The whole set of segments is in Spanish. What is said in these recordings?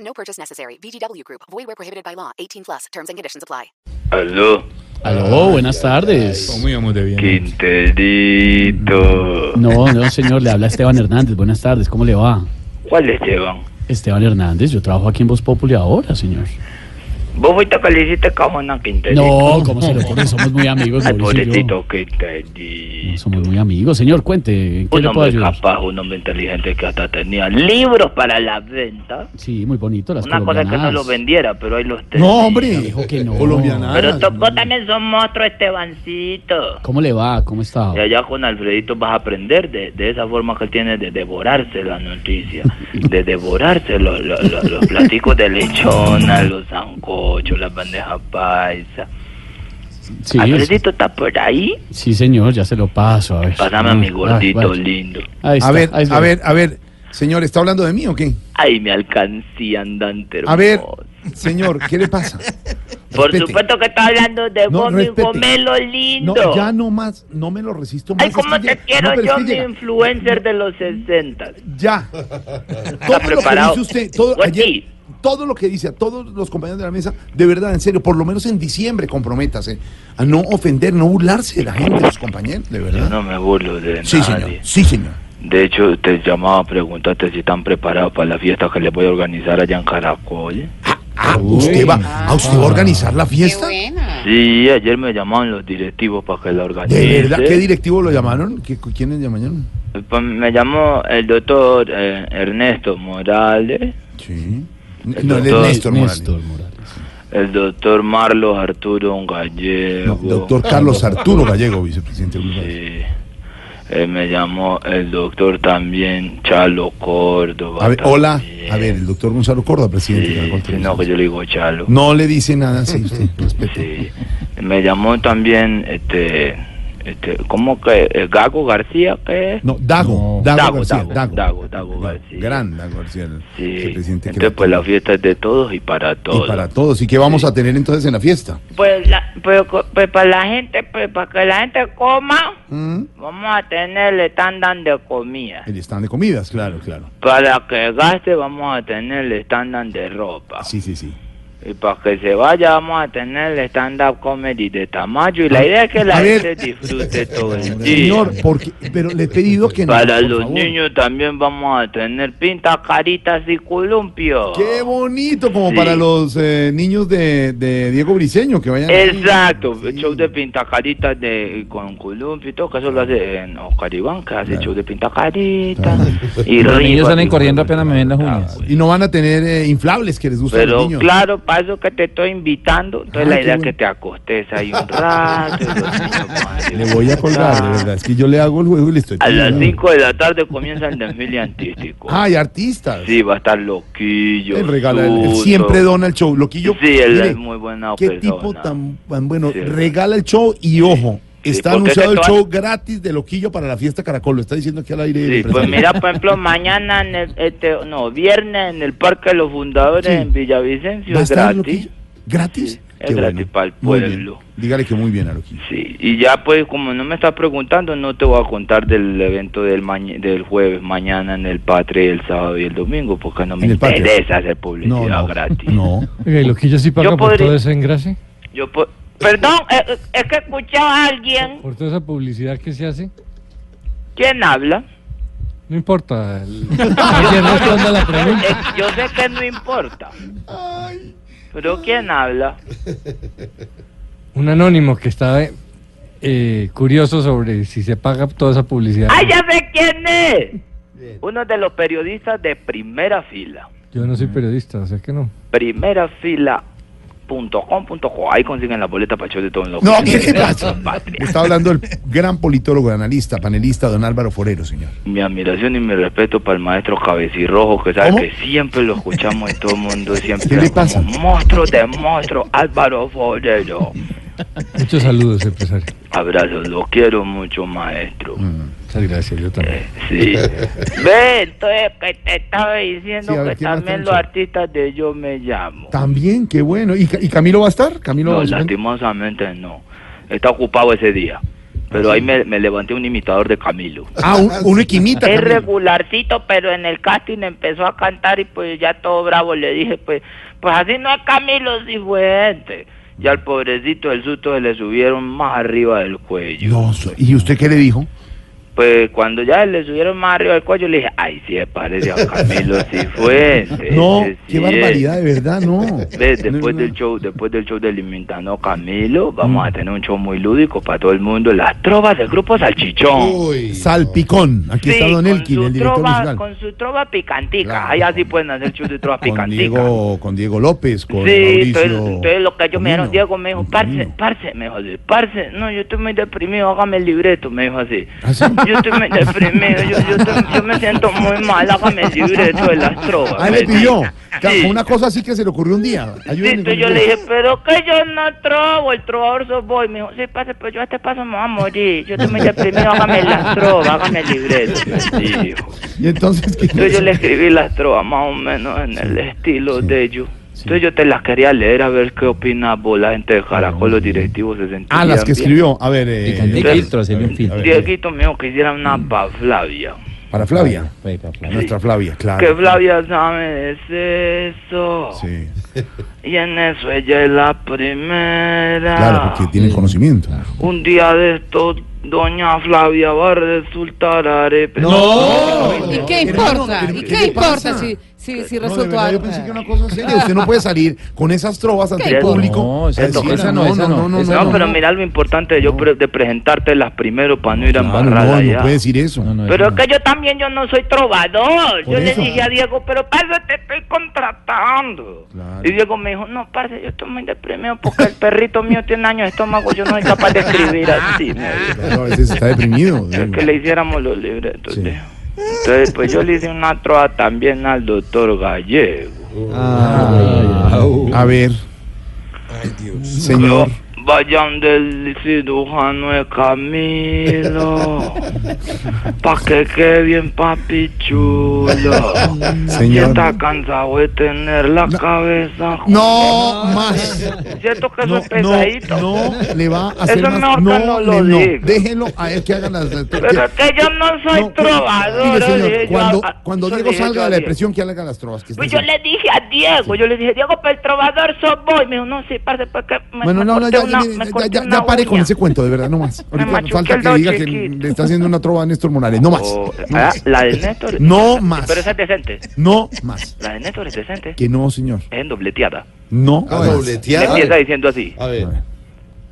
No purchase necessary. VGW Group. Void where prohibited by law. 18 plus. Terms and conditions apply. Aló, Aló, buenas tardes. ¿Cómo íbamos de bien? Quinterito. No, no, señor, le habla Esteban Hernández. Buenas tardes, ¿cómo le va? ¿Cuál Esteban? Esteban Hernández, yo trabajo aquí en Voz Populi ahora, señor. Vos fuiste a Calicita Cajona, Quinterito. No, ¿cómo se lo pone? Somos muy amigos, Eh, Ay, Mauricio y yo. pobrecito, Quinterito. Somos muy amigos. Señor, cuente, ¿en qué Un le puedo hombre ayudar? capaz, un hombre inteligente que hasta tenía libros para la venta. Sí, muy bonito, las Una cosa que no colombianas. los vendiera, pero ahí los tenía. No, hombre. Dijo que no. Colombiana. Pero tocó también son monstruos, Estebancito. ¿Cómo le va? ¿Cómo está? Y allá con Alfredito vas a aprender de, de esa forma que él tiene de devorarse la noticia, de devorarse los, los, los- los platicos de lechona, los zancochos, las bandejas paisa. Sí, Alfredito está por ahí. sí, señor, ya se lo paso. A ver. Pásame a mi gordito Ay, vaya. lindo. Ahí está, A ver, ahí está. a ver, a ver. Señor, ¿está hablando de mí o qué? Ay, mi alcancía andante hermoso. A ver, señor, ¿qué le pasa? Por respete. supuesto que está hablando de No, vos, mi respete. gomelo lindo. No, ya no más, no me lo resisto más. Ay, cómo es que te ya- quiero no, pero ¿Ah? es yo, que mi llega- influencer de los 60. Ya. Todo lo que preparado? dice usted, todo, Pues ayer- sí. todo lo que dice a todos los compañeros de la mesa, de verdad, en serio, por lo menos en diciembre comprométase a no ofender, no burlarse de la gente, de los compañeros, de Yo verdad. no me burlo de sí, nadie. señor, sí, señor. De hecho, te llamaba a preguntarte si están preparados para la fiesta que les voy a organizar allá en Caracol. Ah, usted va, ¿a usted va a organizar la fiesta? Sí, ayer me llamaban los directivos para que la organicen. ¿De verdad? ¿Qué directivo lo llamaron? ¿Qué, ¿Quiénes llamaron? Pues me llamó el doctor eh, Ernesto Morales, Sí. No, El él es doctor- Néstor Morales. Néstor Morales. el doctor Marlos Arturo Gallego. No, doctor Carlos Arturo Gallego, vicepresidente del Uruguay. Sí. Eh, me llamó el doctor también Chalo Córdoba. A ver, hola. también. A ver, el doctor Gonzalo Corda, presidente de la Sí, Corte. de no, que yo le digo Chalo. No le dice nada, sí, usted, respete. Sí. Me llamó también, este, este, ¿cómo que? eh, Gago García, ¿qué es? No, Dago, Dago, Dago, García, Dago, Dago, Dago, Dago García. Gran Dago García, el Sí. vicepresidente que Entonces, la- pues la fiesta es de todos y para todos. Y para todos. ¿Y qué vamos a tener entonces en la fiesta? Pues, la- pues, co- pues para la gente, pues, para que la gente coma, ¿Mm? vamos a tener el estándar de comida. El stand de comidas, claro, claro. Para que gaste, vamos a tener el estándar de ropa. Sí, sí, sí. Y para que se vaya, vamos a tener el stand-up comedy de Tamayo. Y la idea es que la A ver. gente disfrute todo el día. Ah, Señor, porque, pero le he pedido que no, Para por los favor. niños también vamos a tener pintas, caritas y columpio. Qué bonito, como Ah. Sí. para los eh, niños de, de Diego Briseño que vayan. ahí. Exacto, Sí. show de pintacaritas de, con columpio y todo, que eso lo hace en Oscar Iván, que hace Claro. show de pintacaritas. Y Los niños rifas salen y corriendo apenas me ven las cosas. uñas. Y no van a tener eh, inflables que les gusta a los Ah, Pero niños. claro, para eso que te estoy invitando, entonces Ah, la qué idea es bueno. que te acostes ahí un rato. y los niños van a Le voy a colgar, de verdad. Es que yo le hago el juego y le estoy. A las colgando. 5 de la tarde comienza el desfile artístico. Ay, artistas. Sí, va a estar loquillo. Él regala, él Suso. siempre dona el show. Loquillo. Sí, él mire, es muy buena Qué persona. tipo tan, tan bueno. Sí. regala el show y ojo. Sí, Está porque anunciado ese el toda- show gratis de Loquillo para la fiesta Caracol. Lo está diciendo aquí al aire. el Sí, pues empresario. mira, por ejemplo, mañana, en el, este, no, viernes en el Parque de los Fundadores Sí. en Villavicencio, ¿Va a es estar gratis. Loquillo? ¿Gratis? Sí, es gratis para el Muy pueblo. bien. Dígale que muy bien a Loquillo. Sí, y ya pues como no me estás preguntando, no te voy a contar del evento del mañe- del jueves, mañana en el Patria, el sábado y el domingo, porque no me En el Patria. interesa hacer publicidad gratis. No. Oiga, ¿y Loquillo sí paga Yo por podría- todo ese engrase? Yo po- Perdón, eh, eh, es que escuchaba a alguien. ¿Por toda esa publicidad que se hace? ¿Quién habla? No importa. el- Ayer responda la pregunta. Eh, yo sé que no importa. Pero ¿quién habla? Un anónimo que está eh, eh, curioso sobre si se paga toda esa publicidad. ¡Ay, ya sé quién es! Uno de los periodistas de primera fila. Yo no soy periodista, o sea que no. Primera fila .com.co. Ahí consiguen la boleta para el show de todo en loco. No, ¿qué pasa? Patria. Está hablando el gran politólogo, analista, panelista, don Álvaro Forero, señor. Mi admiración y mi respeto para el maestro Cabecirrojo, que sabe ¿Cómo? que siempre lo escuchamos en todo el mundo, siempre. ¿Qué le pasa? como Monstruo de monstruo, Álvaro Forero. Muchos saludos, empresario. Abrazos, lo quiero mucho, maestro. Mm. Eh, Muchas gracias, yo también. Sí. Ve, entonces que te estaba diciendo Sí, a ver, que ¿quién más también tenemos? los artistas de Yo Me Llamo. También, qué bueno. ¿Y, Ca- y Camilo va a estar? Camilo No, va a estar. lastimosamente no. Está ocupado ese día. Pero ahí me, me levanté un imitador de Camilo. Ah, un, uno que imita. Es Camilo. regularcito, pero en el casting empezó a cantar y pues ya todo bravo le dije, pues, pues así no es Camilo Cifuentes. Y al pobrecito del susto se le subieron más arriba del cuello. No, so- ¿Y usted qué le dijo? Pues cuando ya le subieron más arriba del cuello, le dije, ay, sí, parece a Camilo Cifuentes. No, ese sí qué es". barbaridad, de verdad, no. Ve, después No, Mm. no. del show, después del show del Inventando Camilo, vamos a tener un show muy lúdico para todo el mundo, las trovas del grupo Salchichón. Salpicón. Aquí está Sí, Don con Elkin, su el director trova- musical. Con su trova picantica, Claro. ahí así pueden hacer shows de trovas Con picanticas. Diego, con Diego López, con Sí, Mauricio. entonces, entonces lo que yo me dijeron, Comino, Diego me dijo, con parce, Comino. parce, me dijo así, parce, no, yo estoy muy deprimido, hágame el libreto, me dijo así. ¿Ah, sí? Yo estoy muy deprimido, yo, yo, estoy- yo me siento muy mal, hágame el libreto de las trovas. Ah, él le me pidió. dijo. Claro, Sí. Una cosa así que se le ocurrió un día. Sí, Ayúdenme entonces con yo el le libreto. dije, pero que yo no trovo, el trovador soy voy. Me dijo, sí, pase, pero yo a este paso me voy a morir. Yo estoy muy deprimido, hágame las trovas, hágame el libreto. Sí, hijo. Y entonces, ¿qué Entonces yo le escribí las trovas más o menos en el estilo sí, de ellos. Entonces yo te las quería leer a ver qué opinas vos, la gente de Caracol, los directivos se sentían Ah, las que bien. escribió. A ver. eh, Y con Entonces- filtro, hacerle un a filtro. ver, Mm. Dieguito me dijo que hiciera una pa' Flavia. Para Flavia. Fue para Flavia. Nuestra Flavia, claro. Que Flavia sabe de sexo. Ah, Sí. Y en eso ella es la primera. Claro, porque tiene conocimiento. Un día de esto, doña Flavia va a resultar arepa. Oh. ¿Y qué Pero, no, importa? pero ¿Y ¿qué qué le importa pasa? si, si, si No, de resultó verdad, algo? yo pensé que era una cosa seria. Usted no puede salir con esas trovas ante ¿Qué? el público. No, esa a decir, no, esa no, esa no, esa No, pero mira lo importante de yo pre- de presentártelas primero para no ir a Claro, embarrarla no, allá. no puede decir eso. No, no, Pero es eso que yo también yo no soy trovador. Por yo eso. le dije a Diego, pero parce, te estoy contratando. Claro. Y Diego me dijo, no, parce, yo estoy muy deprimido porque el perrito mío tiene años de estómago, yo no soy capaz de escribir así. me dijo. Claro, a veces está deprimido. Es que le hiciéramos los libretos. Sí. dijo. Entonces, pues yo le hice una trova también al doctor Gallego. Ah, a ver. Señor. Vayan del cirujano de Camilo, pa' que quede bien papi chulo. Si Señor. está cansado de tener la cabeza. No más. Siento que eso No, es pesadito. no, no le va a hacer Eso es más. mejor que no le- lo no. diga. Déjelo a él que hagan las. Pero es que yo no soy No, trovador. mire, yo señor, dije yo cuando, a- a- cuando yo Diego dije yo salga a de la Diego. depresión, que haga las trovas. que Pues está yo le dije a Diego, yo le dije, Diego, pero el trovador sos vos. Y me dijo, no, sí, parce, porque me, Bueno, me no, no, corté ya, una, ya, mire, me ya, corté ya, una ya pare con uña. ese cuento, de verdad, no más. Ahorita machuqué falta el que dedo diga que chiquito. le está haciendo una trova a Néstor Morales, no más. O- No ah, más. la de Néstor. No más. Pero esa es decente. No más. La de Néstor es decente. Que no, señor. Es en dobleteada. No Ah, más. Le dobleteada. empieza diciendo así. A ver.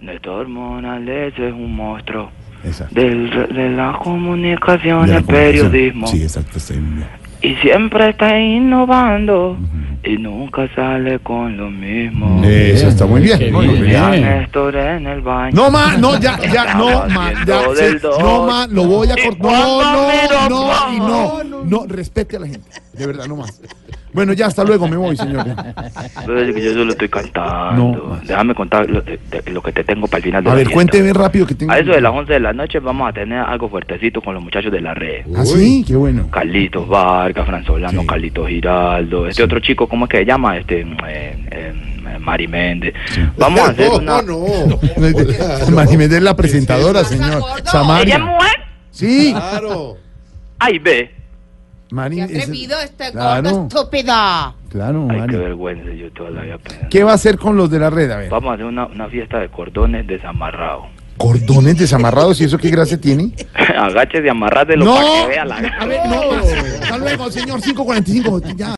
Néstor Morales es un monstruo Exacto. del, de la comunicación, De la el comunicación. periodismo. Sí, exacto, está bien, ya. Y siempre está innovando y nunca sale con lo mismo. Eso está muy bien. Qué Muy bien. Eh, bien. Ya eh. Néstor en el baño. No más, no, ya, ya, no Estaba más, ya, haciendo sí, del dos. no más, lo voy a ¿Y cortar. cuándo No, no, me lo no, y no, pongo? no, respete a la gente, de verdad, no más. Bueno, ya, hasta luego, me voy, señor. Pero es que Yo solo estoy No, cantando. más. Déjame contar lo, de- de- lo que te tengo para el final de A la ver, fiesta. cuénteme rápido que tengo. A eso de las 11 de la noche vamos a tener algo fuertecito con los muchachos de la red. Ah, sí, qué bueno. Carlitos Vargas, Fran Solano, Sí. Carlitos Giraldo, este otro chico, ¿cómo es que se llama? Este, mm, eh, eh, Mari Méndez. Vamos a hacer No, una... no. Mariméndez es la presentadora, señor. ¿Ella es Samaria. mujer? Sí, Claro. Ay, ve. Mari. Qué es- atrevido este gordo Claro, estúpida. claro, Ay, qué Mari. vergüenza, yo toda la vida pensando. ¿Qué va a hacer con los de la red? A ver. Vamos a hacer una, una fiesta de cordones desamarrados. Cordones desamarrados, ¿y eso qué gracia tiene? Agáchese y amarrátelo No, para que vea la... a ver, no, más. hasta luego, señor, 5.45, ya.